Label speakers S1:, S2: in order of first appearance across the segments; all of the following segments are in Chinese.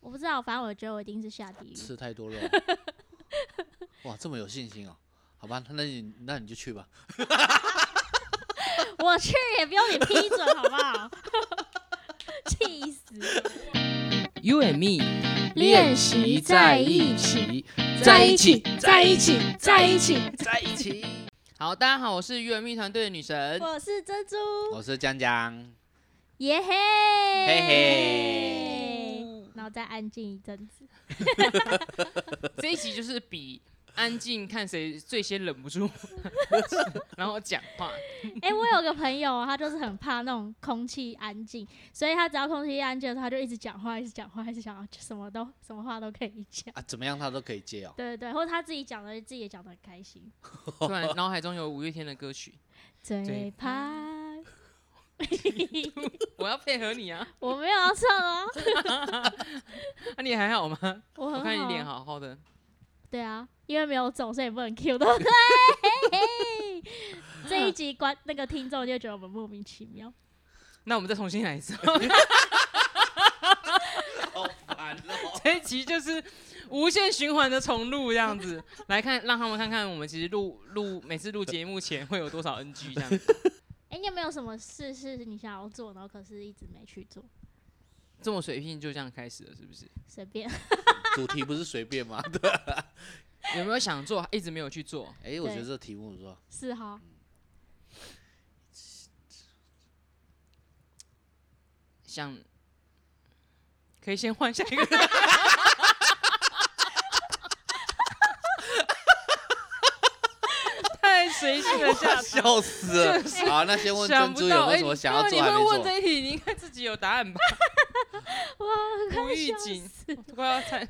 S1: 我不知道，反正我觉得我一定是下地狱。
S2: 吃太多肉， 哇，这么有信心哦。好吧，那你那你就去吧。
S1: 我去也不用你批准，好不好？ 气死！
S3: You and me，
S1: 练习在一起，
S3: 在一起，
S1: 在
S3: 在
S1: 一
S3: 一
S1: 起
S3: 起，
S1: 在
S3: 在
S1: 一
S3: 一
S1: 起
S3: 起，在一起。好，大家好，我是 You and me 团队的女
S2: 呃
S3: 神。
S1: 我是珍珠，
S2: 我是江江，
S1: 耶嘿，
S2: 哦嘿嘿。
S1: 然后再安静一阵子。
S3: 这一集就是比安静看谁最先忍不住， 然后讲话。
S1: 哎、我有个朋友，他就是很怕那种空气安静，所以他只要空气安静的时候，他就一直讲话，一直讲话，一直讲话，就什么都什么话都可以讲。
S2: 啊，怎么样他都可以接哦。
S1: 对对对，或者他自己讲的，自己也讲的很开心。
S3: 突然脑海中有五月天的歌曲，
S1: 最
S3: 最
S1: 怕，
S3: 我要配合你啊！
S1: 我没有要唱啊，
S3: 那、你还好吗？
S1: 我很
S3: 我看你脸
S1: 好啊。
S3: 好好的，
S1: 对啊，因为没有走，所以不能 Q 到。对，这一集观那个听众就觉得我们莫名其妙。
S3: 那我们再重新来一次。
S2: 好烦哦。
S3: 这一集就是无限循环的重录这样子，来看让他们看看我们其实录录每次录节目前会有多少 NG 这样子。
S1: 哎、你有没有什么事是你想要做，然后可是一直没去做？
S3: 这么随便就这样开始了，是不是？
S1: 随便，
S2: 主题不是随便吗？ 对。
S3: 有没有想做一直没有去做？
S2: 哎，我觉得
S1: 对
S2: 这题目不错。
S1: 是 哈。
S3: 想可以先换下一个。 太随性了，下次。
S2: 笑死了！好，那先问
S3: 想
S2: 珍
S3: 不
S2: 珠
S3: 到
S2: 有没有
S3: 哎
S2: 什么
S3: 你
S2: 想要
S3: 如
S2: 做还
S3: 果你
S2: 没
S3: 会问
S2: 做？
S3: 这一题，你应该自己有答案吧？
S1: 哇，
S3: 无
S1: 快
S3: 预
S1: 笑
S3: 警
S1: 死！
S3: 我快要惨。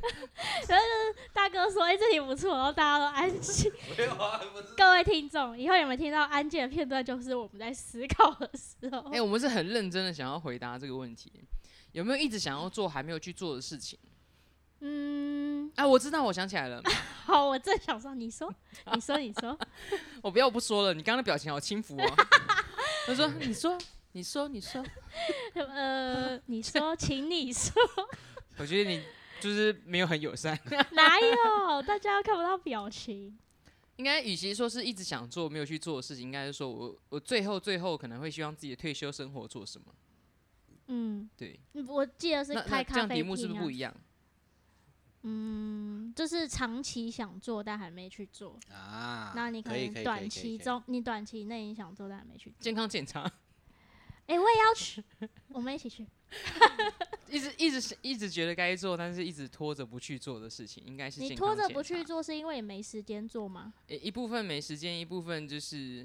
S1: 大哥说：“哎、这题不错。”然后大家都安静。
S2: 没有啊，不是
S1: 各位听众，以后有没有听到安静的片段，就是我们在思考的时候。
S3: 哎、我们是很认真的想要回答这个问题，有没有一直想要做还没有去做的事情？
S1: 嗯，
S3: 啊，我知道，我想起来了，
S1: 好，我正想说，你说，你说，你说，
S3: 我不要我不说了，你刚刚的表情好轻浮啊。 他说：“你说，你说，你说。”
S1: 呃，你说，请你说，
S3: 我觉得你就是没有很友善。
S1: 哪有？大家看不到表情。
S3: 应该与其说是一直想做没有去做的事情，应该是说我我最后最后可能会希望自己的退休生活做什么。
S1: 嗯，
S3: 对，
S1: 我记得是
S3: 那
S1: 开
S3: 那这
S1: 咖
S3: 样
S1: 啡
S3: 题目是
S1: 厅、
S3: 不是
S1: 啊
S3: 不。一样？
S1: 嗯，就是长期想做但还没去做，
S2: 啊，
S1: 那你
S2: 可以可
S1: 能
S2: 以
S1: 短期。
S2: 可以可以可以
S1: 中，你短期内你想做但还没去做。
S3: 健康检查
S1: 哎、我也要去，我们一起去。
S3: 一直一直一直觉得该做，但是一直拖着不去做的事情，应该是
S1: 你
S3: 健
S1: 拖
S3: 康
S1: 着
S3: 检
S1: 不去
S3: 查，
S1: 做，是因为你没时间做吗？
S3: 诶一部分没时间，一部分就是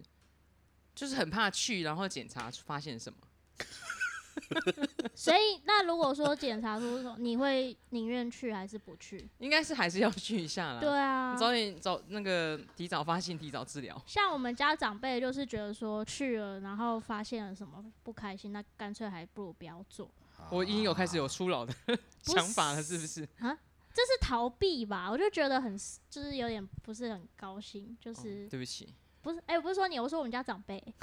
S3: 就是很怕去，然后检查出发现什么。
S1: 所以，那如果说检查出什么，你会宁愿去还是不 去？
S3: 应该是还是要去一下啦。
S1: 对啊，
S3: 早点早那个提早发现，提早治疗。
S1: 像我们家长辈就是觉得说去了，然后发现了什么不开心，那干脆还不如不要做，
S3: 我已经有开始有初老的
S1: 不
S3: 想法了，是不是？哦
S1: 这是逃避吧？我就觉得很就是有点不是很高兴，就
S3: 哦
S1: 是、
S3: 对不起，
S1: 不是哎、我不是说你，我说我们家 长辈啊，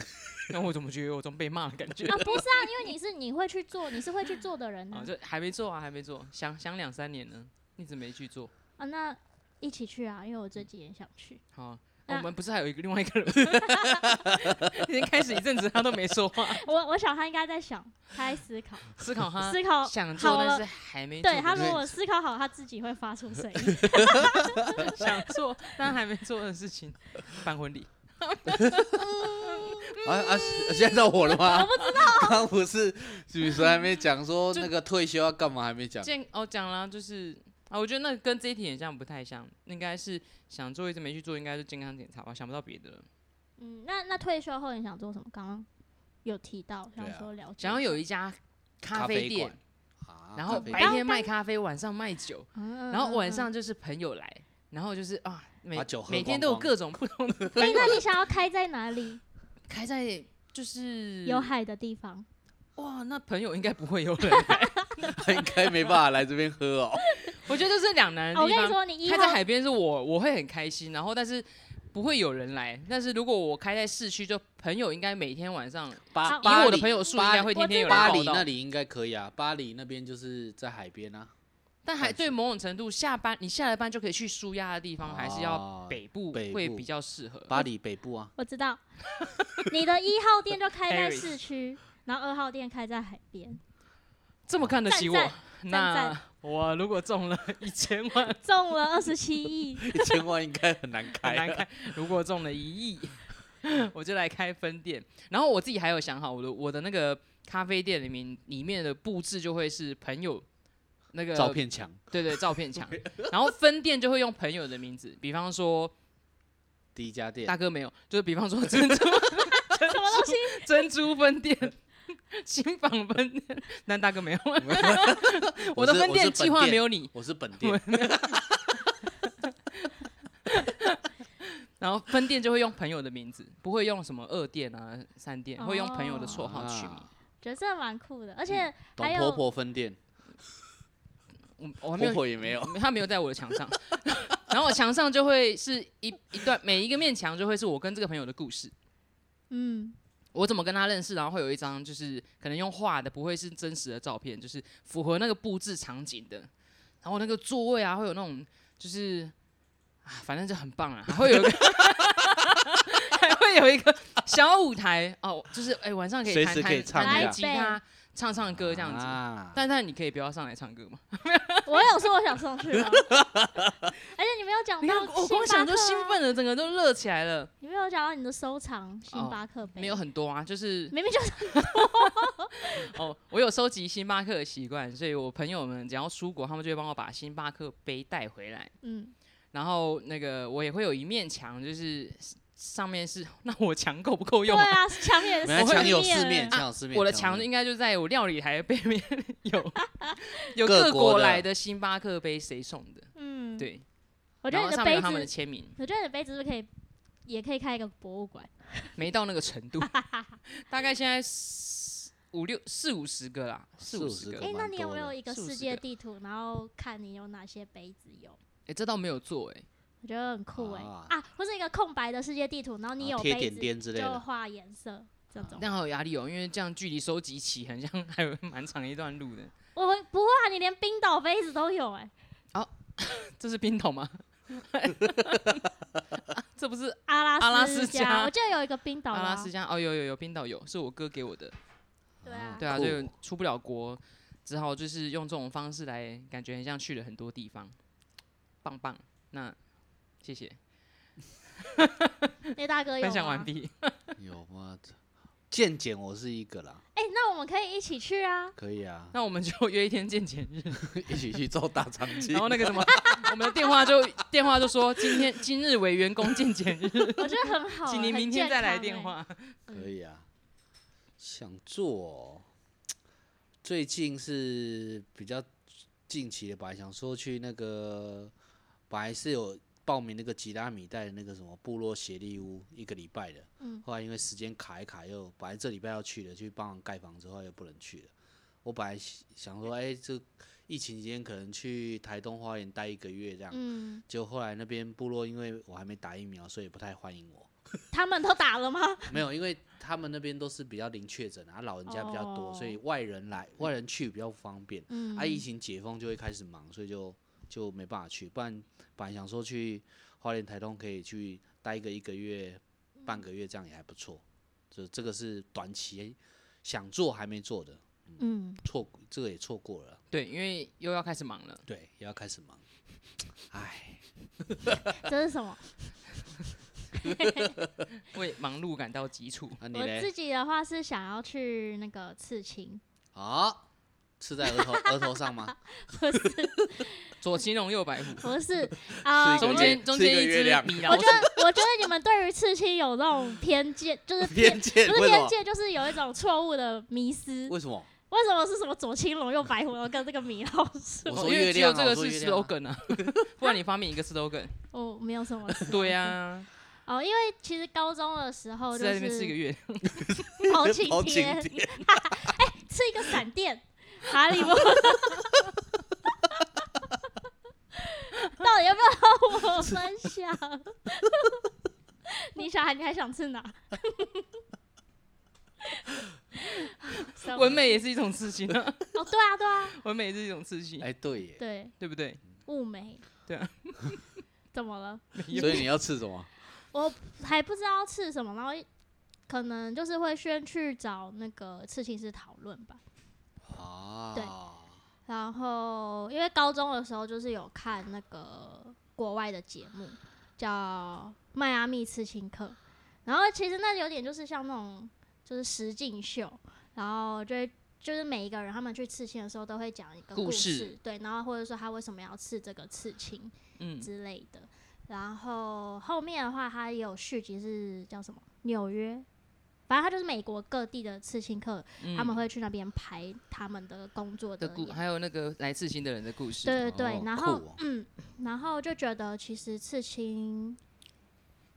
S3: 那我怎么觉得有种被骂 的感觉？
S1: 不是啊，因为你是你会去做，你是会去做的
S2: 嗯
S1: 人
S3: 啊，
S1: 啊，
S3: 就还没做啊，还没做，想想两三年呢，一直没去做。
S1: 啊那一起去啊，因为我最近也想 去。
S3: 好啊、
S1: 那
S3: 我们不是还有一个另外一个人， 已经开始一阵子他都没说话，
S1: 我我想他应该在想，他在思考，
S3: 思考他
S1: 思考
S3: 啊想
S1: 好
S3: 做，但
S1: 了
S3: 是还没做
S1: 对他
S3: 的
S1: 如
S3: 事
S1: 果思考好，他自己会发出声音。
S3: 想做但还没做的事情， 办婚礼。
S2: 啊啊！是现在到我了 吗？我不知道。刚刚不是女神还没讲说
S3: 就
S2: 那个退休要干嘛，还没讲。
S3: 健哦，讲了就是啊，我觉得那个跟这一题很像，不太像，应该是想做一直没去做，应该是健康检查吧，想不到别的了。
S1: 嗯，那那退休后你想做什么？刚刚有提到，
S2: 对啊
S1: 想说了解。
S3: 想要有一家咖啡店，
S2: 馆啊，
S3: 然后
S2: 咖啡
S3: 白
S2: 馆
S3: 天卖咖啡，晚上卖酒。
S1: 嗯，
S3: 然后晚
S1: 嗯，
S3: 上就是朋友来，然后就是啊，每
S2: 把酒喝
S3: 每
S2: 光
S3: 天都有
S2: 光
S3: 各种 不同的
S1: 哎、 那你想要开在哪里？
S3: 开在就是
S1: 有海的地方。
S3: 哇，那朋友应该不会有人来，
S2: 他应该没办法来这边喝哦。
S3: 我觉得这是两难的
S1: 哦我
S3: 地
S1: 跟你
S3: 方。
S1: 说，你一
S3: 开
S1: 号
S3: 在海边是我我会很开心，然后但是不会有人来，但是如果我开在市区，就朋友应该每天晚上
S1: 好
S2: 巴
S3: 以
S2: 巴
S3: 我的
S2: 黎
S3: 朋友数应
S2: 巴
S3: 该
S2: 黎
S3: 会天天有人
S2: 巴
S3: 报
S2: 黎那
S3: 道。
S2: 里应该可以啊，巴黎那边就是在海边啊，
S3: 但还
S2: 淡
S3: 对
S2: 水
S3: 某种程度，下班你下了班就可以去舒压的地方，还是要
S2: 啊
S3: 北部
S2: 北
S3: 会
S2: 部
S3: 比较适合。
S2: 巴黎北部啊，
S1: 我知道，你的一号店就开在
S3: Paris
S1: 市区，然后二号店开在海边，
S3: 这么看得起我
S1: 赞，赞
S3: 那我如果中了一千万
S1: 中了二十七亿，
S2: 一千万应该很难
S3: 很
S2: 开
S3: 难
S2: 啊，
S3: 开，如果中了一亿， 我就来开分店。然后我自己还有想好，我的我的那个咖啡店里面里面的布置就会是朋友那个
S2: 照片墙
S3: 对对，照片墙。然后分店就会用朋友的名字，比方说
S2: 第一家 店
S3: 大哥没有，就是比方说珍珠
S1: 什么东西？
S3: 珍珠分店、 新房分店，但大哥没有。我的
S2: 是
S3: 分
S2: 我
S3: 店
S2: 是
S3: 计
S2: 本
S3: 划
S2: 店
S3: 没有你，
S2: 我是本 店，
S3: 然后分店就会用朋友的名字，不会用什么二店啊、三店，会用朋友的绰号取名。
S2: 啊
S1: 觉得这蛮酷的，而且还
S2: 董
S1: 有
S2: 婆婆分店，
S3: 我我还没有
S2: 婆婆也没有，
S3: 他没有在我的墙上， 然后我墙上就会是一一段，每一个面墙就会是我跟这个朋友的故事，
S1: 嗯，
S3: 我怎么跟他认识，然后会有一张就是可能用画的，不会是真实的照片，就是符合那个布置场景的，然后那个座位啊会有那种就是啊，反正就很棒啊，还会有一个 还会有一个小舞台哦，就是哎、晚上可以
S2: 随
S3: 弹
S2: 时可以唱
S3: 弹弹
S1: 这
S3: 弹
S1: 样
S3: 吉他，唱唱歌这样子。
S2: 啊
S3: 但但你可以不要上来唱歌吗？
S1: 嗯我有说我想送去吗？ 而且你没有讲
S3: 你看，
S1: 到
S3: 我光
S1: 哦星巴
S3: 想
S1: 克
S3: 就
S1: 啊
S3: 兴，奋了，整个都热起来了。
S1: 你没有讲到你的收藏星巴克杯，
S3: 没有，很多啊，就是
S1: 明明就是
S3: 哦，我有收集星巴克的习惯，所以我朋友们只要出国，他们就会帮我把星巴克杯带回来。
S1: 嗯，
S3: 然后那个我也会有一面墙，就是上面是 那我墙够不够
S1: 对
S3: 用、啊？
S1: 啊，墙面也是
S2: 原来
S1: 四
S2: 墙有
S1: 面
S2: 四
S1: 欸
S2: 面，墙有四面，
S3: 我的
S2: 墙有
S3: 墙
S2: 四面
S3: 应该就在我料理台的背面 有有
S2: 各
S3: 各
S2: 国
S3: 国
S2: 的
S3: 来的星巴克杯谁送的？
S1: 嗯，，
S3: 对，
S1: 我觉
S3: 然
S1: 得你
S3: 后
S1: 的
S3: 上面有他们
S1: 杯
S3: 的
S1: 子，
S3: 签名，
S1: 我觉得你的杯子是不是可以，也可以开一个博物馆，
S3: 没到那个程 度，大概现在四五六四五十个啦，四五
S2: 四
S3: 十
S2: 五十
S3: 个。
S2: 个
S1: 哎、
S3: 哎、
S2: 蛮
S1: 那你有
S2: 多
S1: 没
S2: 的
S1: 有一个
S3: 四五
S1: 世
S3: 十
S1: 界
S3: 个
S1: 地图，然后看你有哪些杯子有？
S3: 这倒没有做哎、
S1: 我觉得很酷哎、
S2: 啊
S1: 啊，或是一个空白的世界地图，然后你
S2: 然
S3: 啊
S1: 有
S2: 啊后贴
S1: 杯
S2: 点
S1: 子
S2: 点之类
S1: 就
S2: 的，
S1: 画颜色这种。
S3: 但好有压力哦，因为这样距离收集起很像 还有蛮长一段路的。
S1: 我们不会啊，你连冰岛杯子都有哎、
S3: 这是冰岛吗？ 啊这不是
S1: 阿拉
S3: 阿拉斯
S1: 加，
S3: 加
S1: 我记得有一个冰岛、
S3: 阿
S1: 啊、
S3: 拉斯加？哦，有有有，冰岛有，是我哥给我的。
S1: 对啊
S3: 对啊，
S2: 酷
S3: 就出不了国，只好就是用这种方式来，感觉很像去了很多地方，棒棒。那谢谢，
S1: 那大哥有啊
S3: 分享完
S1: 吗
S3: 毕。
S2: 有吗？健检我是一个啦，
S1: 哎、那我们可以一起去啊，
S2: 可以啊，
S3: 那我们就约一天见前日，
S2: 一起去做 大肠镜
S3: 然，后那个什么，我们的电话就电话就说今天今日为员工见前日，
S1: 我觉得很好、啊，
S3: 请您
S1: 很
S3: 明天
S1: 健
S3: 再来
S1: 康
S3: 电
S1: 欸。
S3: 话。
S2: 可以啊。想做哦、最近是比较近期的吧，想说去那个，本来是有报名那个吉拉米带的那个什么部落协力屋一个礼拜的，
S1: 嗯
S2: 后来因为时间卡一卡又，本来这礼拜要去的，去帮忙盖房子，后来又不能去了。我本来想说，哎、这疫情期间可能去台东花园待一个月这样，
S1: 嗯，
S2: 就后来那边部落，因为我还没打疫苗，所以不太欢迎我。
S1: 他们都打了吗？
S2: 没有，因为他们那边都是比较零确诊啊，老人家比较多，所以
S1: 哦
S2: 外人来、外人去比较方便。
S1: 嗯，
S2: 啊，疫情解封就会开始忙，所以就就没办法去。不然本来想说去花莲、台东可以去待个一个月、半个月，这样也还不错。就这个是短期想做还没做的，
S1: 嗯，
S2: 错这个也错过了，
S3: 对，因为又要开始忙了。
S2: 对，也要开始忙。唉，
S1: 这是什 么？
S3: 为忙碌感到急促。
S2: 那、你
S1: 我
S2: 嘞
S1: 自？己的话是想要去那个刺青，
S2: 啊，刺在额头额头上 吗？
S1: 不是
S3: 左青龙，右白虎，
S1: 不是啊，
S2: 是一个
S1: 我
S3: 中
S1: 觉得
S3: 间
S2: 月
S3: 中
S2: 是一个
S3: 间一
S2: 月
S3: 只
S2: 亮
S3: 米
S1: 我
S3: 老
S1: 觉
S3: 鼠。
S1: 得我觉得你们对于刺青有那种偏见，就是
S2: 偏
S1: 偏
S2: 见？
S1: 不是
S2: 为什
S1: 偏
S2: 么？
S1: 见，就是有一种错误的迷思。
S2: 为什么？
S1: 为什么是什么左青龙右白虎，然后跟这个米老鼠？
S2: 我
S3: 哦
S2: 说
S3: 因为
S2: 月
S3: 只有
S2: 亮啊
S3: 这
S2: 我
S3: 个
S2: 说
S3: 是
S2: 月亮啊
S3: slogan 啊，不然你发明一个 slogan。
S1: 我哦没有什么词
S3: 对啊，
S1: 哦，因为其实高中的时
S2: 哦
S1: 候
S3: 是
S1: 就
S3: 在那边吃一个
S1: 是
S3: 月，
S1: 抛
S2: 包
S1: 青
S2: 青
S1: 天，哎
S2: 天
S1: 吃一个闪电，哈利波特。 到底要不要让我分享？ 你小孩，你还想吃哪？ 什么
S3: 纹眉也是一种刺青啊。
S1: 哦，对啊，对啊，
S3: 完美是一种刺激，
S2: 哎，对耶，
S1: 对，
S3: 对不对？
S1: 雾眉。
S3: 对啊。
S1: 怎么了？
S2: 所以你要吃什么？
S1: 还不知道吃什么，然后一可能就是会先去找那个刺青师讨论吧。
S2: 啊，
S1: 对然后因为高中的时候就是有看那个国外的节目，叫《迈阿密刺青课》，然后其实那有点就是像那种就是实境秀，然后就会就是每一个人他们去刺青的时候都会讲一个
S3: 故
S1: 故
S3: 事
S1: 对，然后或者说他为什么要刺这个刺青
S3: 嗯，
S1: 之类的。然后后面的话，它也有续集是叫什么？纽约。反正它就是美国各地的刺青课，
S3: 嗯
S1: 他们会去那边排他们的工作
S3: 的
S1: 的
S3: 故，
S1: 演
S3: 还有那个来刺青的人的故事，
S1: 对对对，
S2: 哦
S1: 然
S2: 酷
S1: 后、
S2: 哦
S1: 嗯，然后就觉得其实刺青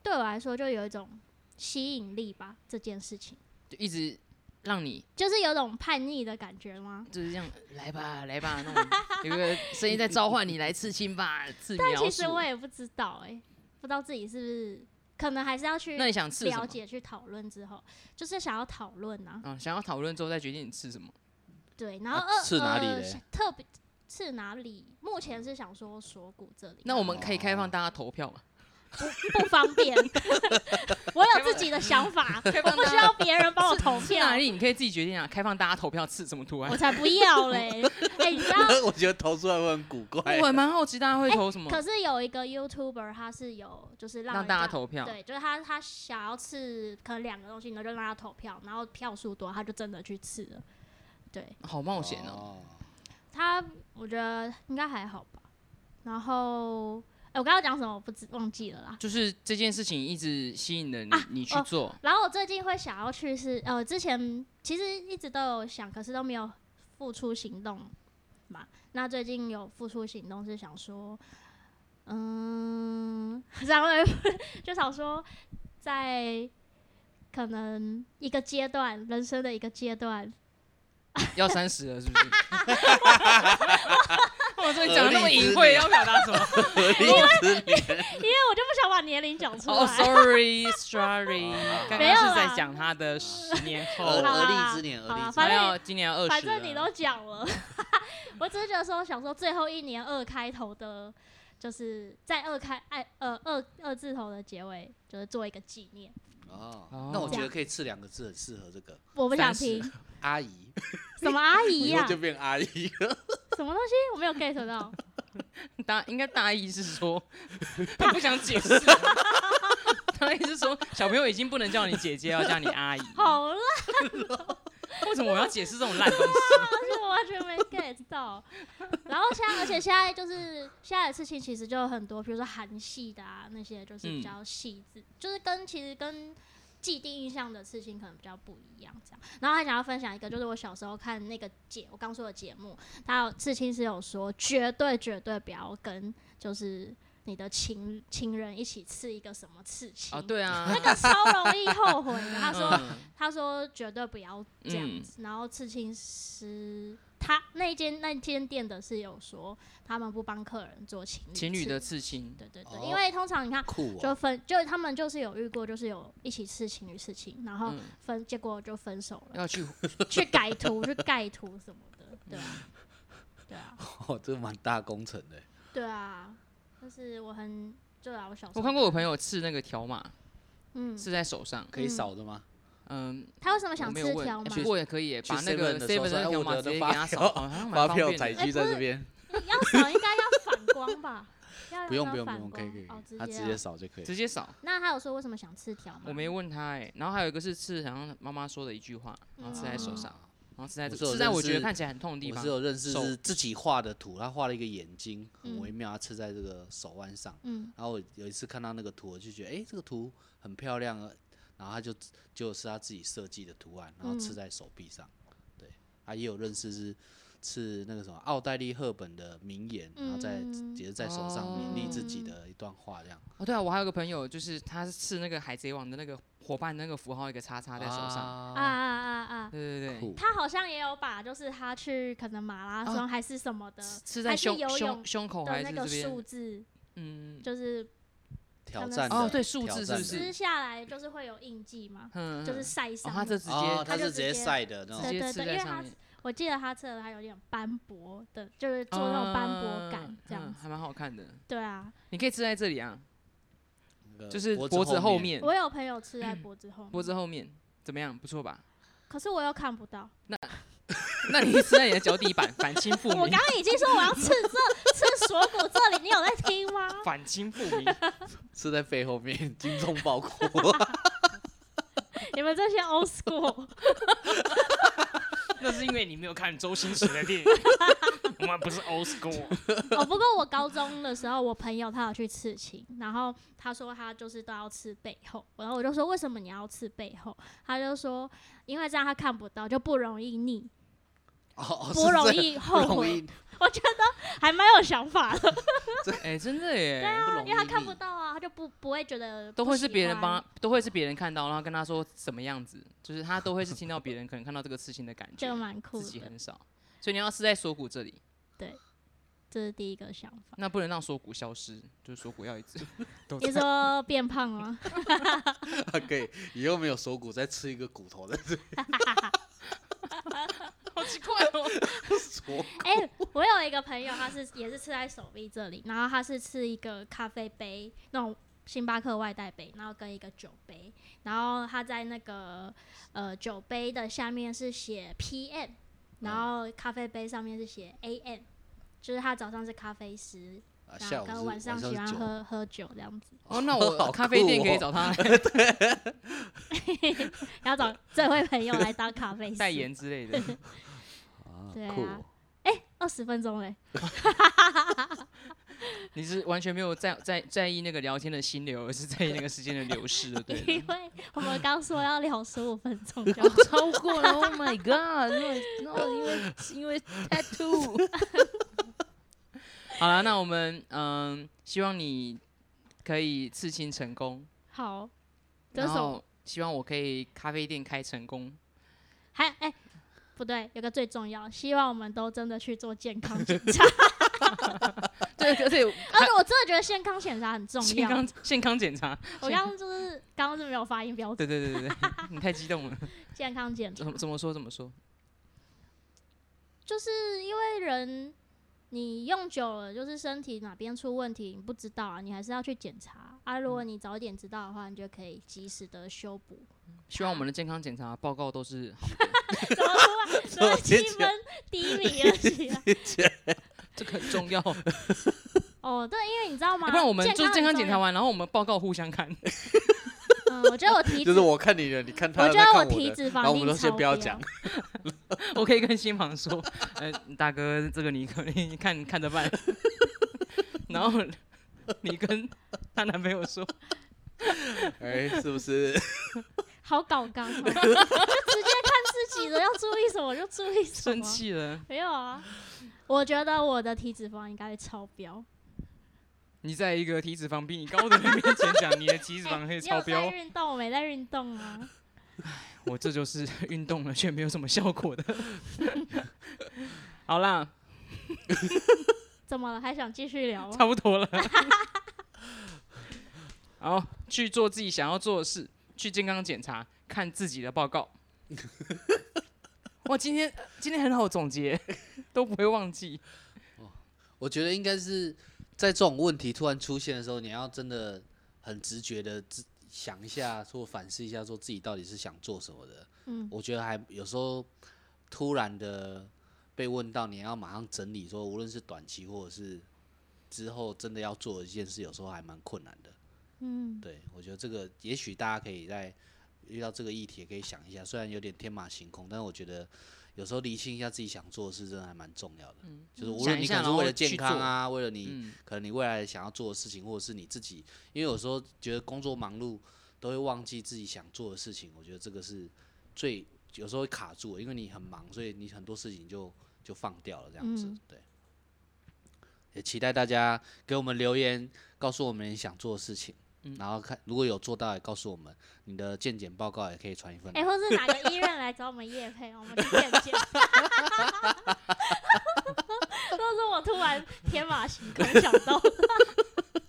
S1: 对我来说就有一种吸引力吧，这件事情
S3: 就一直让你
S1: 就是有种叛逆的感觉吗？
S3: 就是这样来吧来吧，那种有一个声音在召唤你来刺青吧，刺
S1: 但
S3: 描
S1: 其
S3: 述
S1: 实我也不知道哎、不知道自己是不是，可能还是要去
S3: 那你想刺什
S1: 了
S3: 么？
S1: 解去讨论之后，就是想要讨论啊，
S3: 嗯，想要讨论之后再决定你刺什么。
S1: 对，然后
S2: 啊
S1: 呃、
S2: 刺哪里
S1: 呃
S2: 嘞
S1: 想特别刺哪里？目前是想说锁骨这里，
S3: 那我们可以开
S2: 哦
S3: 放大家投票嘛？
S1: 不方 便，我有自己的想法，
S3: 开
S1: 我
S3: 放
S1: 不
S3: 大
S1: 需
S3: 家
S1: 要别人帮我投
S3: 刺
S1: 票。
S3: 哪里？你可以自己决定啊，开放大家投票刺什么图案
S1: 我。才不要嘞！哎、你知道，
S2: 我觉得投出来会很古怪。
S3: 我还蛮好奇大家会投什么，
S1: 可是有一个 YouTuber，他是有就是让
S3: 让
S1: 人
S3: 大
S1: 家
S3: 家投票。
S1: 对，就是他他想要吃可能两个东西，那就让他投票，然后票数多，他就真的去吃了。对
S3: 好冒险哦！
S1: 他，我觉得应该还好吧。然后，哎、我刚刚讲什么？我不知忘记了啦。
S3: 就是这件事情一直吸引了你，
S1: 啊
S3: 你去
S1: 哦
S3: 做。
S1: 然后我最近会想要去是呃，之前其实一直都有想，可是都没有付出行动嘛。那最近有付出行动，是想说，嗯， 然后就想说，在可能一个阶段，人生的一个阶段，
S3: 要三十了，是不是？我终于讲的那么隐
S2: 合理之
S3: 晦，
S2: 年
S3: 要表达什么？
S2: 合理之年，
S1: 因为我就不想把年龄讲出来。
S3: 哦、s o r r y s o r r y 刚
S1: 没有
S3: 刚
S1: 啦
S3: 是在讲他的十年
S2: 合
S3: 后，
S1: 啦
S2: 合理之年，合
S1: 好啦
S2: 理之
S1: 反
S2: 年。
S1: 正
S3: 还有啊今年二十，
S1: 反正你都讲了， 我只是觉得说，想说最后一年二开头的，就是在二开哎呃二二字头的结尾，就是做一个纪念。
S2: 哦
S3: 哦，
S2: 那我觉得可以刺两个字，很适合这个
S1: 我不想
S3: 30
S1: 听
S2: 阿姨，
S1: 什么阿姨
S2: 以
S1: 呀、
S2: 后就变阿姨了。
S1: 什么东西我没有 get 到。
S3: 大应该大意是说，他不想解释， 大意是说小朋友已经不能叫你姐姐，要叫你阿姨。
S1: 好了，
S3: 为什么我要解释这种烂东西？
S1: 而且我完全没 get 到。然后现在，而且现在就是现在的事情，其实就有很多，比如说韩系的啊，那些就是比
S3: 嗯
S1: 较细致，就是跟其实跟既定印象的事情可能比较不一样这样。然后还想要分享一个，就是我小时候看那个节，我刚说的节目，他有刺青师有说，绝对绝对不要跟就是你的情情人一起刺一个什么刺青。
S3: 哦，对啊
S1: 那，个超容易后悔的。他说，
S3: 嗯
S1: 他说绝对不要这样
S2: 嗯
S1: 子。然后刺青师他那间那间店的是有说，他们不帮客人做情侣
S3: 情侣
S1: 刺
S3: 的，刺青，
S1: 对对
S2: 哦
S1: 对，因为通常你看
S2: 酷
S1: 就
S2: 哦，
S1: 分，就他们就是有遇过，就是有一起刺情侣事情，然后
S3: 嗯，
S1: 分结果就分手了，
S3: 要去
S1: 去改图、去盖图什么 的，对啊，对啊，
S2: 哦，这蛮大工程的。
S1: 对啊，就是我很。对啊，我小时候
S3: 我看过我朋友刺那个条码，
S1: 嗯，
S3: 刺在手上，
S2: 可以扫的吗？
S3: 嗯，
S1: 他为什么
S3: 我
S1: 想
S3: 没有
S1: 吃
S3: 问，
S1: 条
S3: 哎
S1: 码？
S3: 不过也可以耶
S2: 去
S3: 把那
S2: 7-Eleven
S3: 个
S2: 的
S3: 7-Eleven
S2: 时候说
S3: 的
S2: 哎
S3: 条
S2: 我
S3: 码
S2: 的
S3: 直接给
S2: 发
S3: 他扫，
S2: 票
S3: 好像蛮
S2: 发
S3: 方
S2: 票
S3: 便
S2: 采
S3: 的。
S1: 哎
S2: 集在这边，
S1: 要扫应该要反光 吧？要
S2: 不用
S1: 要
S2: 不用不
S1: 反
S2: 用，可以
S1: 光
S2: 可以
S1: 哦，，
S2: 他直接扫就可以。
S3: 直接扫。
S1: 那他有说为什么想吃条吗？
S3: 我没问他哎，然后还有一个是刺，好像妈妈说的一句话，然后刺在手上，然后刺
S2: 嗯
S3: 在
S2: 我是有
S3: 刺在我觉得
S2: 认识
S3: 看起来很
S1: 嗯
S3: 痛的地
S2: 我
S3: 方
S2: 是。有认识
S3: 手
S2: 是自己画的图，他画了一个眼睛，很
S1: 嗯
S2: 微妙，他刺在这个手腕上。
S1: 嗯，
S2: 然后我有一次看到那个图，我就觉得哎、诶这个图很漂亮啊。然后他就就是他自己设计的图案，然后
S1: 嗯
S2: 刺在手臂上。对，他也有认识是刺那个什么奥黛丽·赫本的名言，然后在
S1: 嗯
S2: 也是在手上勉励自己
S1: 哦
S2: 的一段话这样。
S3: 哦，对啊，我还有个朋友，就是他是刺那个海贼王的那个伙伴那个符号一个叉叉在手上。
S1: 啊
S2: 啊，
S1: 啊啊啊！
S3: 对对对，
S2: 酷
S1: 他好像也有把，就是他去可能马拉松还是什么的
S3: 刺
S1: 还
S3: 在
S1: 是
S3: 胸
S1: 游
S3: 胸
S1: 泳
S3: 胸口
S1: 的
S3: 哦还
S1: 那
S3: 是
S1: 个
S3: 这
S1: 数
S3: 边？
S1: 字，
S3: 嗯，
S1: 就是
S2: 挑
S1: 可能
S2: 战
S1: 是
S2: 的
S3: 哦对数
S2: 挑
S3: 字
S2: 战
S3: 是不
S2: 的
S1: 撕下来就是会有印记嘛，
S3: 嗯，
S1: 就是
S3: 嗯
S1: 晒
S3: 哦
S1: 伤
S3: 他
S1: 的。
S3: 这直
S2: 哦，
S3: 接
S2: 他
S1: 他就是直
S2: 直接
S1: 接
S2: 晒的
S1: 对
S2: 那
S3: 直
S2: 种。
S3: 接
S1: 对
S3: 刺
S1: 对
S3: 在
S1: 因为
S3: 上
S1: 他
S3: 面，
S1: 我记得他测的还有点斑驳的，就是做那种斑驳感
S3: 嗯
S1: 这样
S3: 嗯
S1: 子。
S3: 还蛮好看的。
S1: 对啊，
S3: 你可以吃在这里啊，
S2: 那个
S3: 就是呃脖
S2: 脖
S3: 子
S2: 后
S3: 后，面，
S1: 我有朋友吃在脖子后面，
S3: 嗯脖子后面怎么样？不错吧？
S1: 可是我又看不到。
S3: 那你吃在你的脚底板，反清复
S1: 我
S3: 明
S1: 刚，刚已经说我要吃这 吃锁骨这里，你有在听 吗？
S3: 反清复明。
S2: 是在背后 面，精忠报国。
S1: 你们这些 old school，
S3: 那是因为你没有看周星驰的 电影，我们不是 old school。
S1: 哦，不过我高中的时候，我朋友他有去刺青，然后他说他就是都要刺背后，然后我就说为什么你要刺背后？他就说因为这样他看不到，就不容易腻，
S2: 哦，
S1: 不
S2: 是
S1: 容
S2: 这
S1: 易后
S2: 不容
S1: 悔。
S2: 易，
S1: 我觉得还蛮有想法的，
S3: 哎、真的耶，
S2: 不容易
S1: 因为他看
S2: 腻
S1: 不到啊，他就不不会觉得
S3: 都
S1: 啊不
S3: 会是
S1: 喜
S3: 别人
S1: 欢
S3: 帮，他，都会是别人看到，然后跟他说什么样子，就是他都会是听到别人可能看到这个刺青的感
S1: 这
S3: 觉
S1: 个，蛮酷
S3: 自己
S1: 的。
S3: 很少。所以你要是在锁骨这里，
S1: 这是第一个想法。
S3: 那不能让锁骨消失，就是锁骨要一直都
S1: 你
S3: 在。
S1: 说变胖吗？
S2: 可以，以后没有锁骨，再吃一个骨头的
S3: 好奇怪 哦，
S2: 锁骨。
S1: 哎、我有一个朋友，他是也是刺在手臂这里，然后他是刺一个咖啡杯，那种星巴克外带杯，然后跟一个酒杯，然后他在那个呃酒杯的下面是写 PM，然后咖啡杯上面是写 AM，就是他早上是咖啡师，
S2: 啊，
S1: 然
S2: 下
S1: 后
S2: 午是
S1: 跟晚上
S2: 是
S1: 喜欢
S2: 酒，
S1: 喝喝酒这样子，
S3: 哦， 那
S2: 好
S3: 我咖啡店
S2: 酷
S3: 可以
S2: 哦
S3: 找 他来
S1: 然后找这位朋友来当咖啡师
S3: 代言之类的。
S2: 啊
S1: 对
S2: 酷
S1: 啊
S2: 哦
S1: 二十分钟嘞，
S3: 你是完全没有在 在在意那个聊天的心流，而是在意那个时间的流逝的， 对
S1: 因
S3: 了。
S1: 为我们刚说要聊十五分钟就
S3: 超过了，Oh my God！因为因为因为 tattoo。好了，那我们嗯，希望你可以刺青成功，
S1: 好，这
S3: 然
S1: 是什么？
S3: 后希望我可以咖啡店开成功。
S1: 还哎、不对，有个最重要，希望我们都真的去做健康检 查。
S3: 对对对，
S1: 而且我真的觉得健康检查很重
S3: 健
S1: 要。
S3: 康健康检查。
S1: 我刚刚就是刚刚是没有发音标准，
S3: 对对对对 对，你太激动了，
S1: 健康检查
S3: 怎么怎么说怎么说？
S1: 就是因为人你用久了，就是身体哪边出问题你不知道啊，你还是要去检查啊。如
S3: 嗯
S1: 果你早一点知道的话，你就可以及时的修补。
S3: 希望我们的健康检查报告都是 好，
S1: 怎么突然怎么气氛低迷了起来？
S3: 这个很重要，要
S1: 哦，对，因为你知道吗？
S3: 哎不然我们做健康
S1: 很
S3: 检
S1: 重
S3: 查
S1: 要，
S3: 完，然后我们报告互相看。
S1: 嗯，我觉得我体
S2: 就
S1: 脂
S2: 是我看你的，你看他
S1: 我
S2: 的，
S1: 觉得
S2: 他
S1: 我
S2: 看我
S1: 体
S2: 的，
S1: 脂
S2: 然
S1: 肪
S2: 后
S1: 定
S2: 我们都先
S1: 超
S2: 不要
S1: 标
S2: 讲，
S3: 我可以跟新房说， 呃，大哥，这个你可以看看 着办。然后你跟她男朋友说，
S2: 哎，是不是？
S1: 好搞刚、哦，就 直接看自己的要注意什么就注意什
S3: 生
S1: 么。
S3: 气了，
S1: 没有啊，我觉得我的体脂肪应该会超标。
S3: 你在一个体脂肪比你高的人面前讲你的体脂肪可以 超
S1: 哎你
S3: 标哦
S1: 有，在运动，我没在运动啊。
S3: 我这就是运动了却没有什么效果的。 好啦，
S1: 怎么了？还想继续聊吗？ 啊
S3: 差不多了。好，去做自己想要做的事，去健康检查，看自己的报告。哇，今天今天很好总结， 都不会忘记。
S2: 我觉得应该是在这种问题突然出现的时候，你要真的很直觉的自想一下，或反思一下，说自己到底是想做什么的。
S1: 嗯，
S2: 我觉得还有时候突然的被问到，你要马上整理说，无论是短期或者是之后真的要做的一件事，有时候还蛮困难的。
S1: 嗯，
S2: 对，我觉得这个也许大家可以在遇到这个议题，可以想一下，虽然有点天马行空，但是我觉得有时候理清一下自己想做的事，真的还蛮重要的。就是无
S3: 嗯想
S2: 论
S3: 一
S2: 你可
S3: 下
S2: 能是
S3: 然
S2: 为
S3: 后
S2: 了健
S3: 去
S2: 康
S3: 做
S2: 啊，为了你、
S3: 嗯，
S2: 可能你未来想要做的事情，或者是你自己，因为有时候觉得工作忙碌，都会忘记自己想做的事情。我觉得这个是最有时候会卡住的，因为你很忙，所以你很多事情就就放掉了这样子。
S1: 嗯
S2: 对，也期待大家给我们留言，告诉我们你想做的事情。
S1: 嗯
S2: 然后看如果有做到，也告诉我们你的健检报告，也可以传一份。
S1: 哎、或是哪个医院来找我们叶配，我们去见 见。都是我突然天马行空想到的，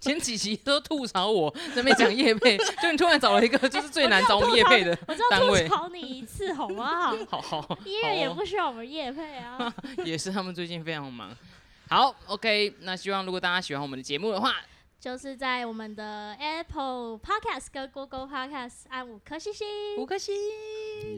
S3: 先几期都吐槽我那边讲叶配，就你突然找了一个就是最难找我们叶配的
S1: 我知道
S3: 单
S1: 吐
S3: 位
S1: 槽你一次好不 好？
S3: 好好，
S1: 医院也
S3: 好哦
S1: 不需要我们业配啊。
S3: 也是他们最近非常忙。好，OK，那希望如果大家喜欢我们的节目的话，
S1: 就是在我们的 Apple Podcast 跟 Google Podcast 按五颗星星
S3: 五颗星，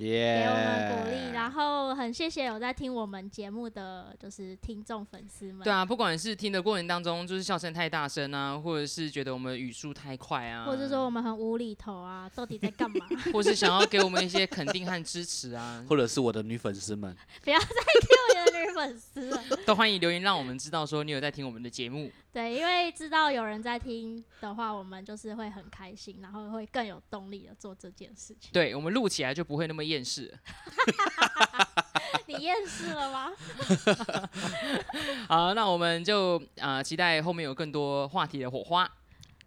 S1: 给
S2: 耶
S1: 我们鼓励，然后很谢谢有在听我们节目的就是听众粉丝们，
S3: 对啊，不管是听的过程当中，就是笑声太大声啊，或者是觉得我们语速太快啊，
S1: 或者说我们很无厘头啊，到底在干 嘛？
S3: 或是想要给我们一些肯定和支持 啊，
S2: 或者是我的女粉丝们，
S1: 不要再 Q 你的女粉丝了。
S3: 都欢迎留言让我们知道说你有在听我们的节目。
S1: 对，因为知道有人在听的话，我们就是会很开心，然后会更有动力的做这件事情。
S3: 对我们录起来就不会那么厌世了。
S1: 你厌世了吗？
S3: 好，那我们就呃期待后面有更多话题的火花。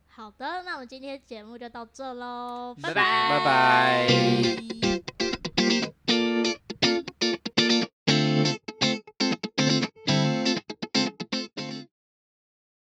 S1: 好的，那我们今天节目就到这喽，
S3: 拜
S1: 拜
S2: 拜拜。
S1: 拜